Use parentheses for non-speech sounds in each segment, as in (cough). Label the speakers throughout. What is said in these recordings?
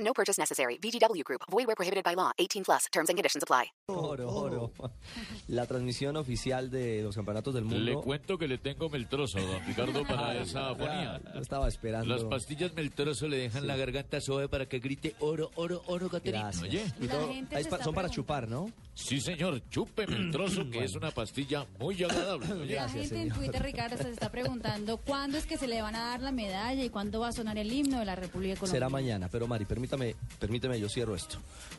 Speaker 1: No purchase necessary. VGW Group. Void where prohibited by law. 18 plus. Terms and conditions apply.
Speaker 2: Oro, oro. (laughs) La transmisión oficial de los campeonatos del
Speaker 3: Le
Speaker 2: mundo.
Speaker 3: cuento que le tengo meltroso, don Ricardo,
Speaker 4: (laughs) Ah,
Speaker 3: para esa afonía.
Speaker 2: Yo estaba esperando.
Speaker 3: Las pastillas meltroso le dejan la garganta suave para que grite oro, oro, oro, Caterina.
Speaker 2: Gracias.
Speaker 3: Oye,
Speaker 2: Y
Speaker 5: La
Speaker 2: todo-
Speaker 5: gente
Speaker 2: ahí
Speaker 5: se
Speaker 2: pa-
Speaker 5: está
Speaker 2: son para
Speaker 5: preguntando.
Speaker 2: chupar, ¿no?
Speaker 3: sí señor, chupe meltroso, que es una pastilla muy
Speaker 4: (laughs)
Speaker 3: agradable. Oye,
Speaker 5: La gente en Twitter, Ricardo, se está preguntando cuándo es que se le van a dar la medalla y cuándo va a sonar el himno de la República
Speaker 2: Será
Speaker 5: Colombiana.
Speaker 2: mañana, pero Mari, permítame, permíteme, yo cierro esto.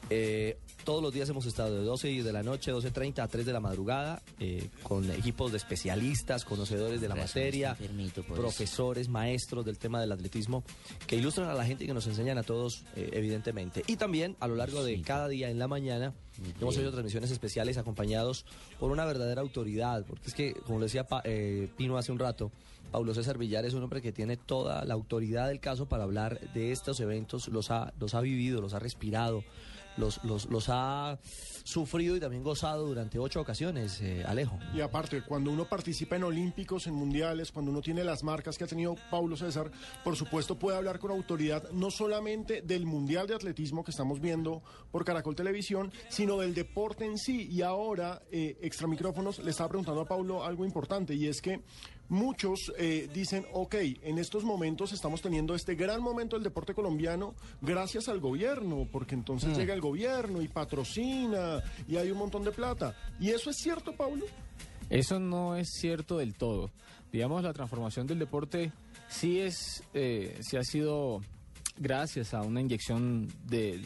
Speaker 2: Eh, todos los días hemos estado de 12 y de la noche, 12.30 a 3 de la madrugada, eh, con equipos de especialistas, conocedores de la materia,
Speaker 6: Pues
Speaker 2: profesores, maestros del tema del atletismo, que ilustran a la gente y que nos enseñan a todos, eh, evidentemente. Y también a lo largo de cada día en la mañana, hemos hecho transmisiones especiales acompañados por una verdadera autoridad, porque es que, como lo decía Pa- eh, Pino hace un rato, Pablo César Villar es un hombre que tiene toda la autoridad del caso para hablar de estos eventos, los ha, los ha vivido, los ha respirado, los, los, los ha sufrido y también gozado durante ocho ocasiones, eh, Alejo.
Speaker 7: Y aparte, cuando uno participa en olímpicos, en mundiales, cuando uno tiene las marcas que ha tenido Paulo César, por supuesto puede hablar con autoridad no solamente del mundial de atletismo que estamos viendo por Caracol Televisión, sino del deporte en sí. Y ahora, eh, extra micrófonos, le estaba preguntando a Paulo algo importante y es que muchos eh, dicen, ok, en estos momentos estamos teniendo este gran momento del deporte colombiano gracias al gobierno, porque entonces llega el gobierno y patrocina y hay un montón de plata. ¿Y eso es cierto, Paulo?
Speaker 4: Eso no es cierto del todo. Digamos, la transformación del deporte sí es, eh, sí ha sido gracias a una inyección de,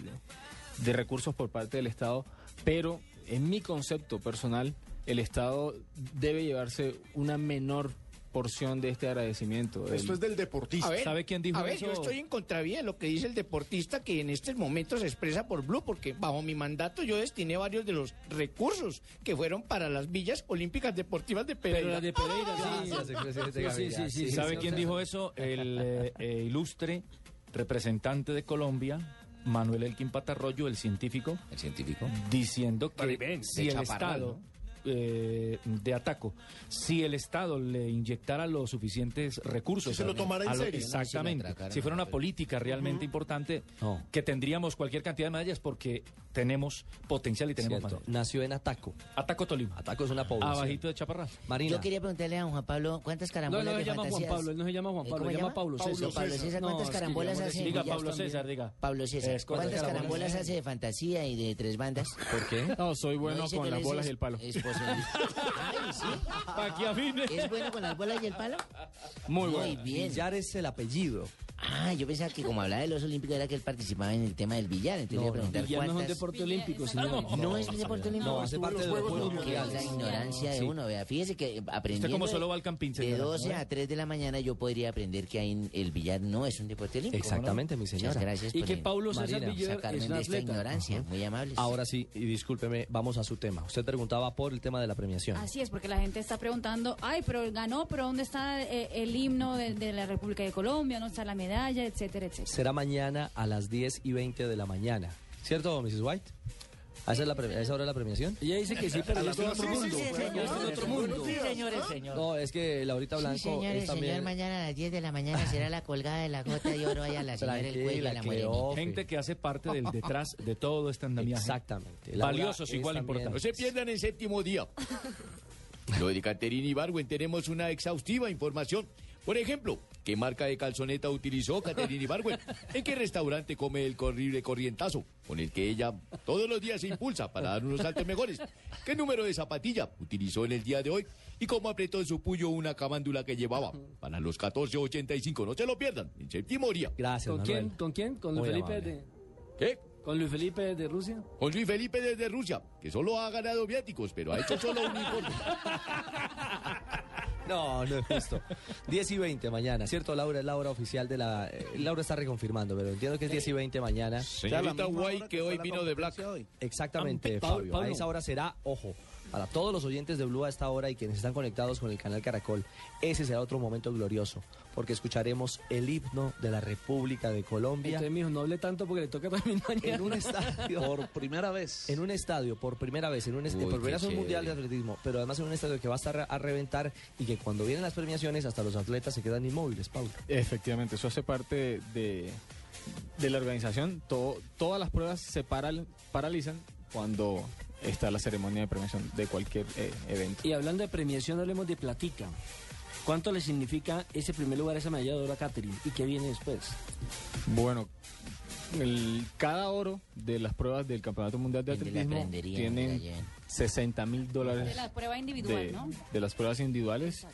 Speaker 4: de recursos por parte del Estado, pero en mi concepto personal, el Estado debe llevarse una menor porción de este agradecimiento.
Speaker 7: Esto
Speaker 4: El-
Speaker 7: es del deportista.
Speaker 8: A ver,
Speaker 4: ¿Sabe quién dijo
Speaker 8: a ver,
Speaker 4: eso?
Speaker 8: yo estoy en contravía de lo que dice el deportista que en estos momentos se expresa por Blue, porque bajo mi mandato yo destiné varios de los recursos que fueron para las villas olímpicas deportivas de
Speaker 6: Pero
Speaker 8: Pereira.
Speaker 6: la de Pereira, sí. Sí, sí, sí, sí. ¿Sabe quién dijo eso? El eh, eh, ilustre representante de Colombia, Manuel Elkin Patarroyo, el científico,
Speaker 2: El científico.
Speaker 6: diciendo que
Speaker 8: Muy bien,
Speaker 6: si
Speaker 8: de
Speaker 6: el
Speaker 8: chaparral,
Speaker 6: Estado eh, de ataco, si el Estado le inyectara los suficientes recursos,
Speaker 7: Si se lo tomara en
Speaker 6: a
Speaker 7: serio, ¿no?
Speaker 6: exactamente, si fuera una política realmente importante,
Speaker 2: No.
Speaker 6: que tendríamos cualquier cantidad de medallas porque tenemos potencial y tenemos
Speaker 2: Cierto.
Speaker 6: maneras.
Speaker 2: Nació en Ataco.
Speaker 6: Ataco Tolima,
Speaker 2: Ataco es una población.
Speaker 6: abajito de Chaparral.
Speaker 2: Marina.
Speaker 8: preguntarle a Juan Pablo cuántas
Speaker 9: No, no se llama Juan Pablo, él no se llama Juan
Speaker 8: ¿Eh,
Speaker 9: Pablo,
Speaker 8: cómo
Speaker 9: se llama
Speaker 8: llama?
Speaker 9: Pablo
Speaker 7: Pablo
Speaker 9: César.
Speaker 7: César.
Speaker 8: cuántas
Speaker 9: carambolas hace
Speaker 6: Diga Pablo César, diga.
Speaker 8: Pablo
Speaker 6: César, Es correcto. ¿cuántas carambolas
Speaker 8: hace de fantasía y de tres bandas?
Speaker 2: ¿Por qué?
Speaker 4: No, soy bueno con las bolas y el palo. (laughs)
Speaker 6: Pa' que afine.
Speaker 8: ¿Es bueno con las bolas y el palo?
Speaker 4: Muy bueno.
Speaker 8: bien.
Speaker 2: Villar es el apellido.
Speaker 8: Ah, yo pensaba que como hablaba de los olímpicos era que él participaba en el tema del billar, entonces
Speaker 2: No,
Speaker 8: le iba a preguntar
Speaker 9: Ya no es un
Speaker 8: cuántas...
Speaker 9: deporte olímpico, señor.
Speaker 8: No es deporte olímpico.
Speaker 2: No, hace parte de los Juegos
Speaker 8: Qué es la
Speaker 2: Mundiales.
Speaker 8: ignorancia de uno, vea, fíjese que
Speaker 6: Usted
Speaker 8: aprendiendo
Speaker 6: como
Speaker 8: de-
Speaker 6: solo va al campín,
Speaker 8: de
Speaker 6: señora.
Speaker 8: 12 a 3 de la mañana yo podría aprender que ahí en el billar no es un deporte olímpico.
Speaker 2: Exactamente, mi
Speaker 8: Muchas
Speaker 2: señora.
Speaker 8: gracias
Speaker 9: Y
Speaker 8: por
Speaker 9: que
Speaker 8: el-
Speaker 9: Pablo César
Speaker 2: Marina,
Speaker 9: Villar
Speaker 8: sacarme
Speaker 9: es un
Speaker 8: de esta
Speaker 9: atleta.
Speaker 8: ignorancia, muy amables.
Speaker 2: Ahora sí, y discúlpeme, vamos a su tema. Usted preguntaba por el tema de la premiación.
Speaker 8: Ah,
Speaker 5: Así es, porque la gente está preguntando, ay, pero ganó, pero ¿dónde está eh, el himno de, de la República de Colombia? ¿Dónde está la medalla? Etcétera, etcétera.
Speaker 2: será mañana a las 10 y 20 de la mañana. ¿Cierto, Mrs. White? ¿A esa, es la pre- a esa hora es la premiación?
Speaker 9: Ella dice que sí,
Speaker 2: (laughs)
Speaker 9: pero yo estoy en otro mundo. Yo estoy en otro mundo.
Speaker 8: señores, señor.
Speaker 2: Ah. No, es que Laurita Blanco es también...
Speaker 8: mañana a las 10 de la mañana será la colgada de la gota de oro allá la
Speaker 2: Tranquila, que ofe.
Speaker 6: Gente que hace parte del detrás de todo este andamiaje.
Speaker 2: Exactamente.
Speaker 6: Valiosos, igual
Speaker 2: importante.
Speaker 6: importantes.
Speaker 8: se pierdan el séptimo día. Lo de Caterina Ibarwen tenemos una exhaustiva información. Por ejemplo, ¿qué marca de calzoneta utilizó Caterina Ibarwen? ¿En qué restaurante come el horrible corrientazo con el que ella todos los días se impulsa para dar unos saltos mejores? ¿Qué número de zapatilla utilizó en el día de hoy? ¿Y cómo apretó en su puño una camándula que llevaba? Para los 14.85, no se lo pierdan, en séptimo día.
Speaker 2: Gracias,
Speaker 9: ¿Con
Speaker 2: Manuel.
Speaker 9: quién? ¿Con quién? ¿Con
Speaker 2: Muy
Speaker 9: Luis Felipe
Speaker 2: amable.
Speaker 9: de,
Speaker 8: ¿Qué?
Speaker 9: con Luis Felipe de Rusia?
Speaker 8: Con Luis Felipe desde Rusia, que solo ha ganado viáticos, pero ha hecho solo un informe.
Speaker 2: No, no es justo. 10 y 20 mañana, ¿cierto, Laura? Es la hora oficial de la... eh, Laura está reconfirmando, pero entiendo que es 10 y 20 mañana.
Speaker 8: Señorita Guay, que hoy vino de Black.
Speaker 2: Exactamente,
Speaker 8: Pa-
Speaker 2: Fabio. A
Speaker 8: Pablo.
Speaker 2: esa hora será, ojo, para todos los oyentes de Blue a esta hora y quienes están conectados con el canal Caracol, ese será otro momento glorioso, porque escucharemos el himno de la República de Colombia.
Speaker 9: Entonces, mijo, no hable tanto porque le toca también (laughs) mañana.
Speaker 2: En un estadio.
Speaker 9: Por primera vez.
Speaker 2: En un estadio, por primera vez, en un estadio,
Speaker 9: Uy,
Speaker 2: por primera
Speaker 9: qué
Speaker 2: vez en un mundial de
Speaker 9: chévere.
Speaker 2: atletismo, pero además en un estadio que va a estar a reventar y que cuando vienen las premiaciones hasta los atletas se quedan inmóviles, Pablo.
Speaker 4: Efectivamente, eso hace parte de, de la organización. Todo- todas las pruebas se paral- paralizan cuando está la ceremonia de premiación de cualquier eh, evento.
Speaker 9: Y hablando de premiación, hablemos de platica. ¿Cuánto le significa ese primer lugar, esa medalla de oro a Catherine? ¿Y qué viene después?
Speaker 4: Bueno, el- cada oro de las pruebas del Campeonato Mundial de
Speaker 10: Gente la
Speaker 4: Atletismo
Speaker 10: prendería,
Speaker 4: tienen
Speaker 10: medalla.
Speaker 4: 60 mil dólares
Speaker 5: De la prueba individual,
Speaker 4: de,
Speaker 5: ¿no?
Speaker 4: de las pruebas individuales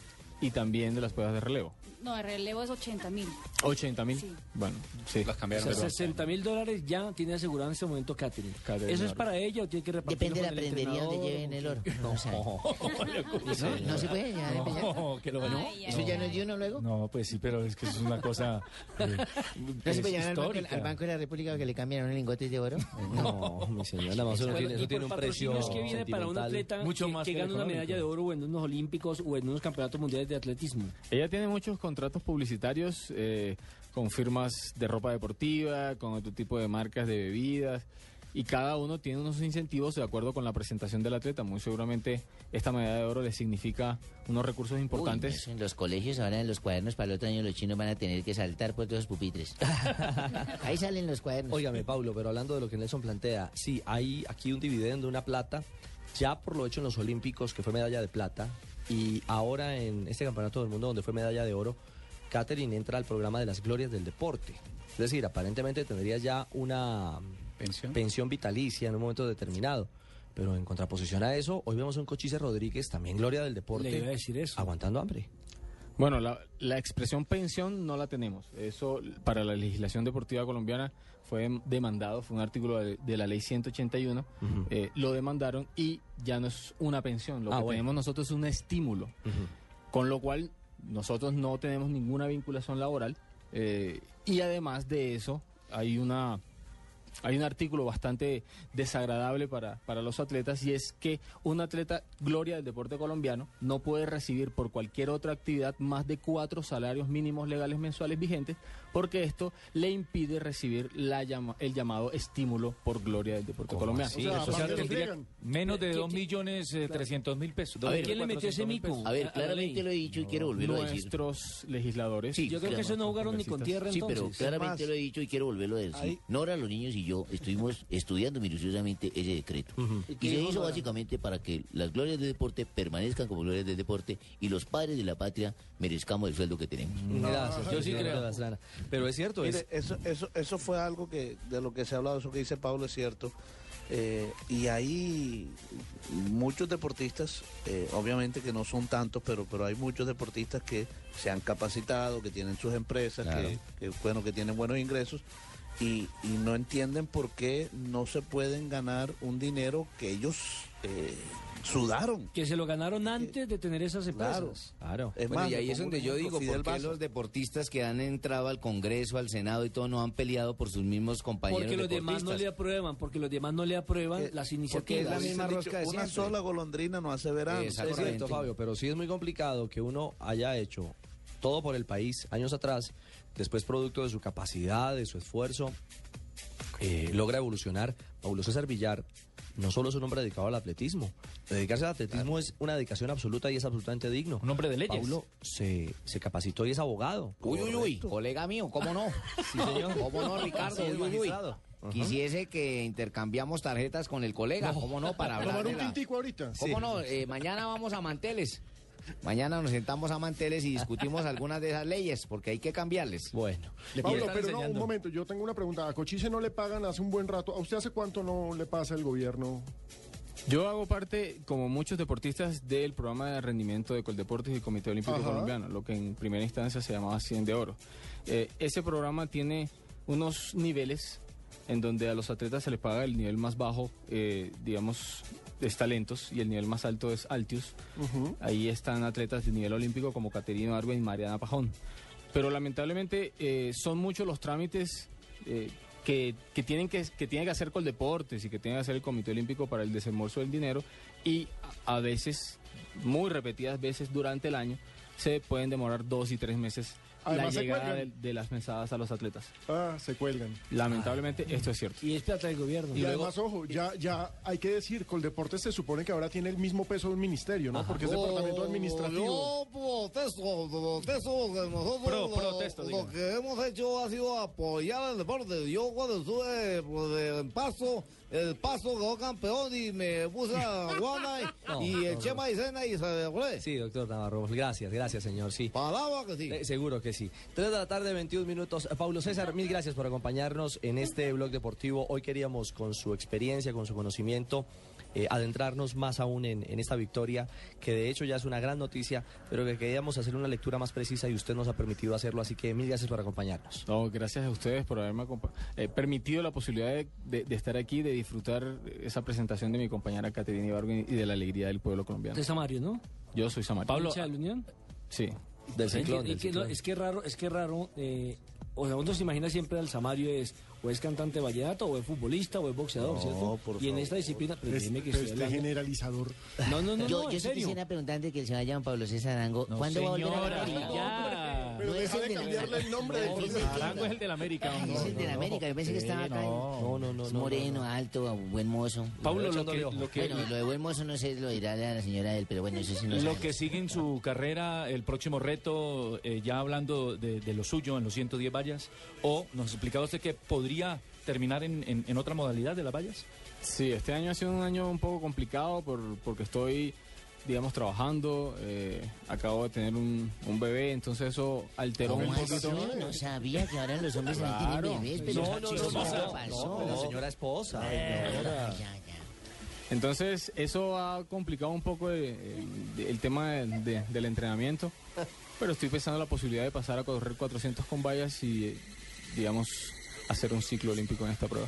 Speaker 4: y también de las pruebas de relevo.
Speaker 5: No, el relevo es 80 mil.
Speaker 4: 80 mil. Bueno, sí. Las
Speaker 9: O sea, 60 mil dólares ya tiene asegurado en este momento Catherine.
Speaker 4: Catherine,
Speaker 9: ¿Eso es
Speaker 4: claro.
Speaker 9: para ella o tiene que repartirlo
Speaker 10: Depende de la
Speaker 9: con el
Speaker 10: prendería donde
Speaker 9: entrenador?
Speaker 10: lleven el oro. No, sabe. (laughs)
Speaker 6: No,
Speaker 10: no se puede ya.
Speaker 6: No, que lo ganó.
Speaker 10: ¿Eso ya no es de uno luego?
Speaker 6: No, pues sí, pero es que eso es una cosa. eh,
Speaker 10: ¿No se
Speaker 6: es
Speaker 10: puede llevar al banco,
Speaker 6: histórica.
Speaker 10: al Banco de la República que le cambian unos lingotes de oro?
Speaker 2: No, mi señora, además eso no
Speaker 9: Bueno,
Speaker 2: tiene,
Speaker 9: y
Speaker 2: eso
Speaker 9: por
Speaker 2: tiene un
Speaker 9: patrocinio
Speaker 2: precio
Speaker 9: es que viene para un
Speaker 2: sentimental.
Speaker 9: atleta
Speaker 2: Mucho
Speaker 9: que,
Speaker 2: más
Speaker 9: que
Speaker 2: que
Speaker 9: gana una
Speaker 11: Eh,
Speaker 2: económico.
Speaker 9: medalla de oro o en unos olímpicos o en unos campeonatos mundiales de atletismo.
Speaker 4: Ella tiene muchos contratos publicitarios eh, con firmas de ropa deportiva, con otro tipo de marcas de bebidas. Y cada uno tiene unos incentivos de acuerdo con la presentación del atleta. Muy seguramente esta medalla de oro le significa unos recursos importantes.
Speaker 10: Eso en los colegios, ahora en los cuadernos, para el otro año los chinos van a tener que saltar por todos los pupitres. Ahí salen los cuadernos.
Speaker 2: Óigame, Pablo, pero hablando de lo que Nelson plantea, sí, hay aquí un dividendo, una plata, ya por lo hecho en los Olímpicos, que fue medalla de plata, y ahora en este Campeonato del Mundo, donde fue medalla de oro, Catherine entra al programa de las glorias del deporte. Es decir, aparentemente tendría ya una pensión, vitalicia en un momento determinado. Pero en contraposición a eso, hoy vemos a un Cochise Rodríguez, también gloria del deporte,
Speaker 9: Le iba a decir eso.
Speaker 2: aguantando hambre.
Speaker 4: Bueno, la, la expresión pensión no la tenemos. Eso para la legislación deportiva colombiana fue demandado, fue un artículo de, de la ley 181. eh, lo demandaron y ya no es una pensión. Lo
Speaker 2: Ah,
Speaker 4: que
Speaker 2: bueno.
Speaker 4: tenemos nosotros es un estímulo. Con lo cual nosotros no tenemos ninguna vinculación laboral. eh, y además de eso, hay una hay un artículo bastante desagradable para, para los atletas y es que un atleta gloria del deporte colombiano no puede recibir por cualquier otra actividad más de cuatro salarios mínimos legales mensuales vigentes porque esto le impide recibir la llama- el llamado estímulo por gloria del deporte colombiano.
Speaker 6: Sí, eso
Speaker 7: aparte
Speaker 6: ya
Speaker 7: los
Speaker 6: tendría
Speaker 7: fregan.
Speaker 6: menos de 2 millones eh, 300 mil pesos.
Speaker 10: A ver,
Speaker 6: Dos
Speaker 10: ¿quién le
Speaker 6: millones
Speaker 10: metió ese
Speaker 6: 400 mil
Speaker 10: mico?
Speaker 6: pesos.
Speaker 10: A ver, claramente lo he dicho y quiero volverlo a decir.
Speaker 4: Nuestros legisladores.
Speaker 10: Sí,
Speaker 9: Yo creo que eso no jugaron ni con tierra
Speaker 10: Sí, pero
Speaker 9: entonces.
Speaker 10: claramente lo he dicho y quiero volverlo a decir. Nora, los niños y yo estuvimos estudiando minuciosamente ese decreto.
Speaker 9: ¿Y qué
Speaker 10: Y se
Speaker 9: dijo
Speaker 10: hizo
Speaker 9: Nora?
Speaker 10: básicamente para que las glorias del deporte permanezcan como glorias del deporte y los padres de la patria merezcamos el sueldo que tenemos.
Speaker 2: Gracias,
Speaker 12: Mm. Yo sí
Speaker 2: presidente
Speaker 12: creo.
Speaker 2: Pastrana. Pero es cierto, es,
Speaker 12: Mire, eso, eso, eso fue algo que de lo que se ha hablado, eso que dice Pablo es cierto. Eh, y hay muchos deportistas, eh, obviamente que no son tantos, pero, pero hay muchos deportistas que se han capacitado, que tienen sus empresas,
Speaker 10: Claro.
Speaker 12: que, que, bueno, que tienen buenos ingresos. Y, y no entienden por qué no se pueden ganar un dinero que ellos eh, sudaron.
Speaker 9: Que se lo ganaron antes de tener esas
Speaker 12: Claro.
Speaker 9: empresas.
Speaker 2: Claro.
Speaker 12: Es
Speaker 11: Bueno,
Speaker 12: más,
Speaker 11: y
Speaker 12: le
Speaker 11: ahí es
Speaker 12: pongo
Speaker 11: donde
Speaker 12: un
Speaker 11: yo
Speaker 12: ejemplo,
Speaker 11: digo,
Speaker 12: Fidel
Speaker 11: ¿por qué
Speaker 12: Vaso.
Speaker 11: los deportistas que han entrado al Congreso, al Senado y todo no han peleado por sus mismos compañeros
Speaker 9: Porque los demás
Speaker 11: deportistas?
Speaker 9: no le aprueban, porque los demás no le aprueban
Speaker 12: Eh,
Speaker 9: las
Speaker 12: Porque
Speaker 9: iniciativas.
Speaker 12: es la misma rosca de Una
Speaker 11: siempre.
Speaker 12: sola golondrina no hace verano.
Speaker 2: Ah, Es cierto, Fabio, pero sí es muy complicado que uno haya hecho todo por el país años atrás, después producto de su capacidad, de su esfuerzo, eh, logra evolucionar. Paulo César Villar no solo es un hombre dedicado al atletismo, dedicarse al atletismo es una dedicación absoluta y es absolutamente digno. Un hombre de
Speaker 6: leyes.
Speaker 2: Paulo se, se capacitó y es abogado.
Speaker 11: Uy, uy, uy, colega mío, ¿cómo no?
Speaker 2: (laughs) Sí, señor.
Speaker 11: ¿Cómo no,
Speaker 2: Así
Speaker 11: Ricardo?
Speaker 2: es,
Speaker 11: Uy, uy, uy.
Speaker 2: magistrado. Ajá.
Speaker 11: Quisiese que intercambiamos tarjetas con el colega, ¿cómo no?
Speaker 2: (laughs)
Speaker 11: Para hablar
Speaker 7: Tomar
Speaker 11: de
Speaker 7: un
Speaker 11: la-
Speaker 7: tintico ahorita.
Speaker 11: ¿Cómo no? Eh, mañana vamos a Manteles. Mañana nos sentamos a Manteles y discutimos algunas de esas leyes, porque hay que cambiarles.
Speaker 2: Bueno.
Speaker 7: Pablo, pero no, un momento, yo tengo una pregunta. A Cochise no le pagan hace un buen rato. ¿A usted hace cuánto no le pasa el gobierno?
Speaker 4: Yo hago parte, como muchos deportistas, del programa de rendimiento de Coldeportes y Comité Olímpico
Speaker 7: Ajá.
Speaker 4: Colombiano, lo que en primera instancia se llamaba 100 de Oro. Eh, ese programa tiene unos niveles en donde a los atletas se les paga el nivel más bajo, eh, digamos, es talentos, y el nivel más alto es altius.
Speaker 13: Ujú.
Speaker 4: Ahí están atletas de nivel olímpico como Caterina Arben y Mariana Pajón. Pero lamentablemente eh, son muchos los trámites eh, que, que tienen que, que tiene que hacer con deportes y que tiene que hacer el Comité Olímpico para el desembolso del dinero y a a veces, muy repetidas veces durante el año, se pueden demorar dos y tres meses
Speaker 7: Además,
Speaker 4: la
Speaker 7: se
Speaker 4: llegada de,
Speaker 7: cuelgan.
Speaker 4: de las mesadas a los atletas.
Speaker 7: Ah, se cuelgan.
Speaker 4: Lamentablemente esto es cierto.
Speaker 9: Y es plata del gobierno.
Speaker 7: Y, además,
Speaker 10: eh,
Speaker 7: ojo, ya, ya hay que decir, Coldeportes se supone que ahora tiene el mismo peso de un ministerio, ¿no? Porque es
Speaker 10: Oh,
Speaker 7: departamento administrativo.
Speaker 14: Oh, Yo protesto, protesto, porque nosotros
Speaker 7: Pro-
Speaker 14: lo,
Speaker 7: protesto,
Speaker 14: lo
Speaker 7: diga.
Speaker 14: que hemos hecho ha sido apoyar al deporte. Yo cuando estuve pues, en Paso, el Paso quedó campeón y me puse
Speaker 9: (laughs)
Speaker 14: a Guana y,
Speaker 2: No,
Speaker 14: y el
Speaker 2: no,
Speaker 14: Chema
Speaker 2: no.
Speaker 14: Icena y se fue.
Speaker 2: Sí, doctor Navarro. Gracias, gracias, señor. Sí. Eh,
Speaker 14: Palabra que sí.
Speaker 2: seguro que sí. Tres de la tarde, 21 minutos. Eh, Pablo César, mil gracias por acompañarnos en este blog deportivo. Hoy queríamos, con su experiencia, con su conocimiento, eh, adentrarnos más aún en, en esta victoria, que de hecho ya es una gran noticia, pero que queríamos hacer una lectura más precisa y usted nos ha permitido hacerlo. Así que mil gracias por acompañarnos.
Speaker 4: No, gracias a ustedes por haberme acompa- eh, permitido la posibilidad de, de- de estar aquí, de disfrutar esa presentación de mi compañera Caterina Ibargüen y de la alegría del pueblo colombiano.
Speaker 9: De Samario, ¿no?
Speaker 4: Yo soy Samario.
Speaker 9: ¿Hincha de la Unión?
Speaker 4: Sí.
Speaker 9: Es que- es que lo- es que es raro, es que es raro. eh, o sea, uno se imagina siempre al Samario es o es cantante de vallenato, o es futbolista, o es boxeador,
Speaker 7: No,
Speaker 9: ¿cierto?
Speaker 7: por
Speaker 9: y en esta disciplina, pero
Speaker 7: Es-
Speaker 9: dime que
Speaker 7: pero
Speaker 9: estoy
Speaker 7: este
Speaker 9: hablando-
Speaker 7: generalizador.
Speaker 9: No, no, no, no,
Speaker 10: yo yo
Speaker 9: en
Speaker 10: sí
Speaker 9: serio.
Speaker 10: quisiera preguntar antes que se vaya don Pablo César Arango. ¿Cuándo va a volver a la
Speaker 9: señora,
Speaker 10: América?
Speaker 9: ya.
Speaker 10: No es el de no, es el que-
Speaker 6: Arango es el de la América.
Speaker 10: Ay, es el de la América, yo pensé que
Speaker 6: Sí,
Speaker 10: estaba acá.
Speaker 6: no.
Speaker 10: en-
Speaker 6: No, no, no,
Speaker 10: Es
Speaker 6: no,
Speaker 10: moreno, alto, buen mozo.
Speaker 6: Pablo, lo que- lo que-
Speaker 10: Bueno, lo de buen mozo no sé, lo dirá la señora de él, pero bueno, eso sí no
Speaker 6: Lo
Speaker 10: sé.
Speaker 6: que sigue en su carrera, el próximo reto, eh, ya hablando de, de lo suyo en los 110 vallas, o nos explicaba usted que podría terminar en, en- en otra modalidad de las vallas.
Speaker 4: Sí, este año ha sido un año un poco complicado por- porque estoy, digamos, trabajando. eh, acabo de tener un, un bebé, entonces eso alteró un
Speaker 10: ¿Cómo así?
Speaker 4: poquito.
Speaker 10: No sabía que ahora los hombres también
Speaker 4: Claro.
Speaker 10: tienen bebés, pero
Speaker 4: No, no, no,
Speaker 10: ¿qué
Speaker 4: no,
Speaker 10: pasó?
Speaker 4: no, la señora
Speaker 2: esposa.
Speaker 4: Entonces, eso ha complicado un poco eh, de- el tema de- de- del entrenamiento, pero estoy pensando en la posibilidad de pasar a correr 400 con vallas y, eh, digamos, hacer un ciclo olímpico en esta prueba.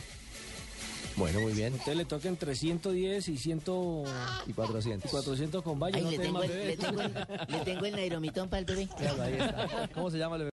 Speaker 2: Bueno, muy bien.
Speaker 9: Ustedes le toquen 310 y 100
Speaker 2: y 400.
Speaker 9: Y 400 con vallas.
Speaker 10: Ah.
Speaker 9: no
Speaker 10: Ay, le
Speaker 9: te
Speaker 10: tengo,
Speaker 9: más
Speaker 10: el, le,
Speaker 9: bebés.
Speaker 10: tengo el, le tengo el nairomitón para el bebé.
Speaker 2: ¿Cómo se llama el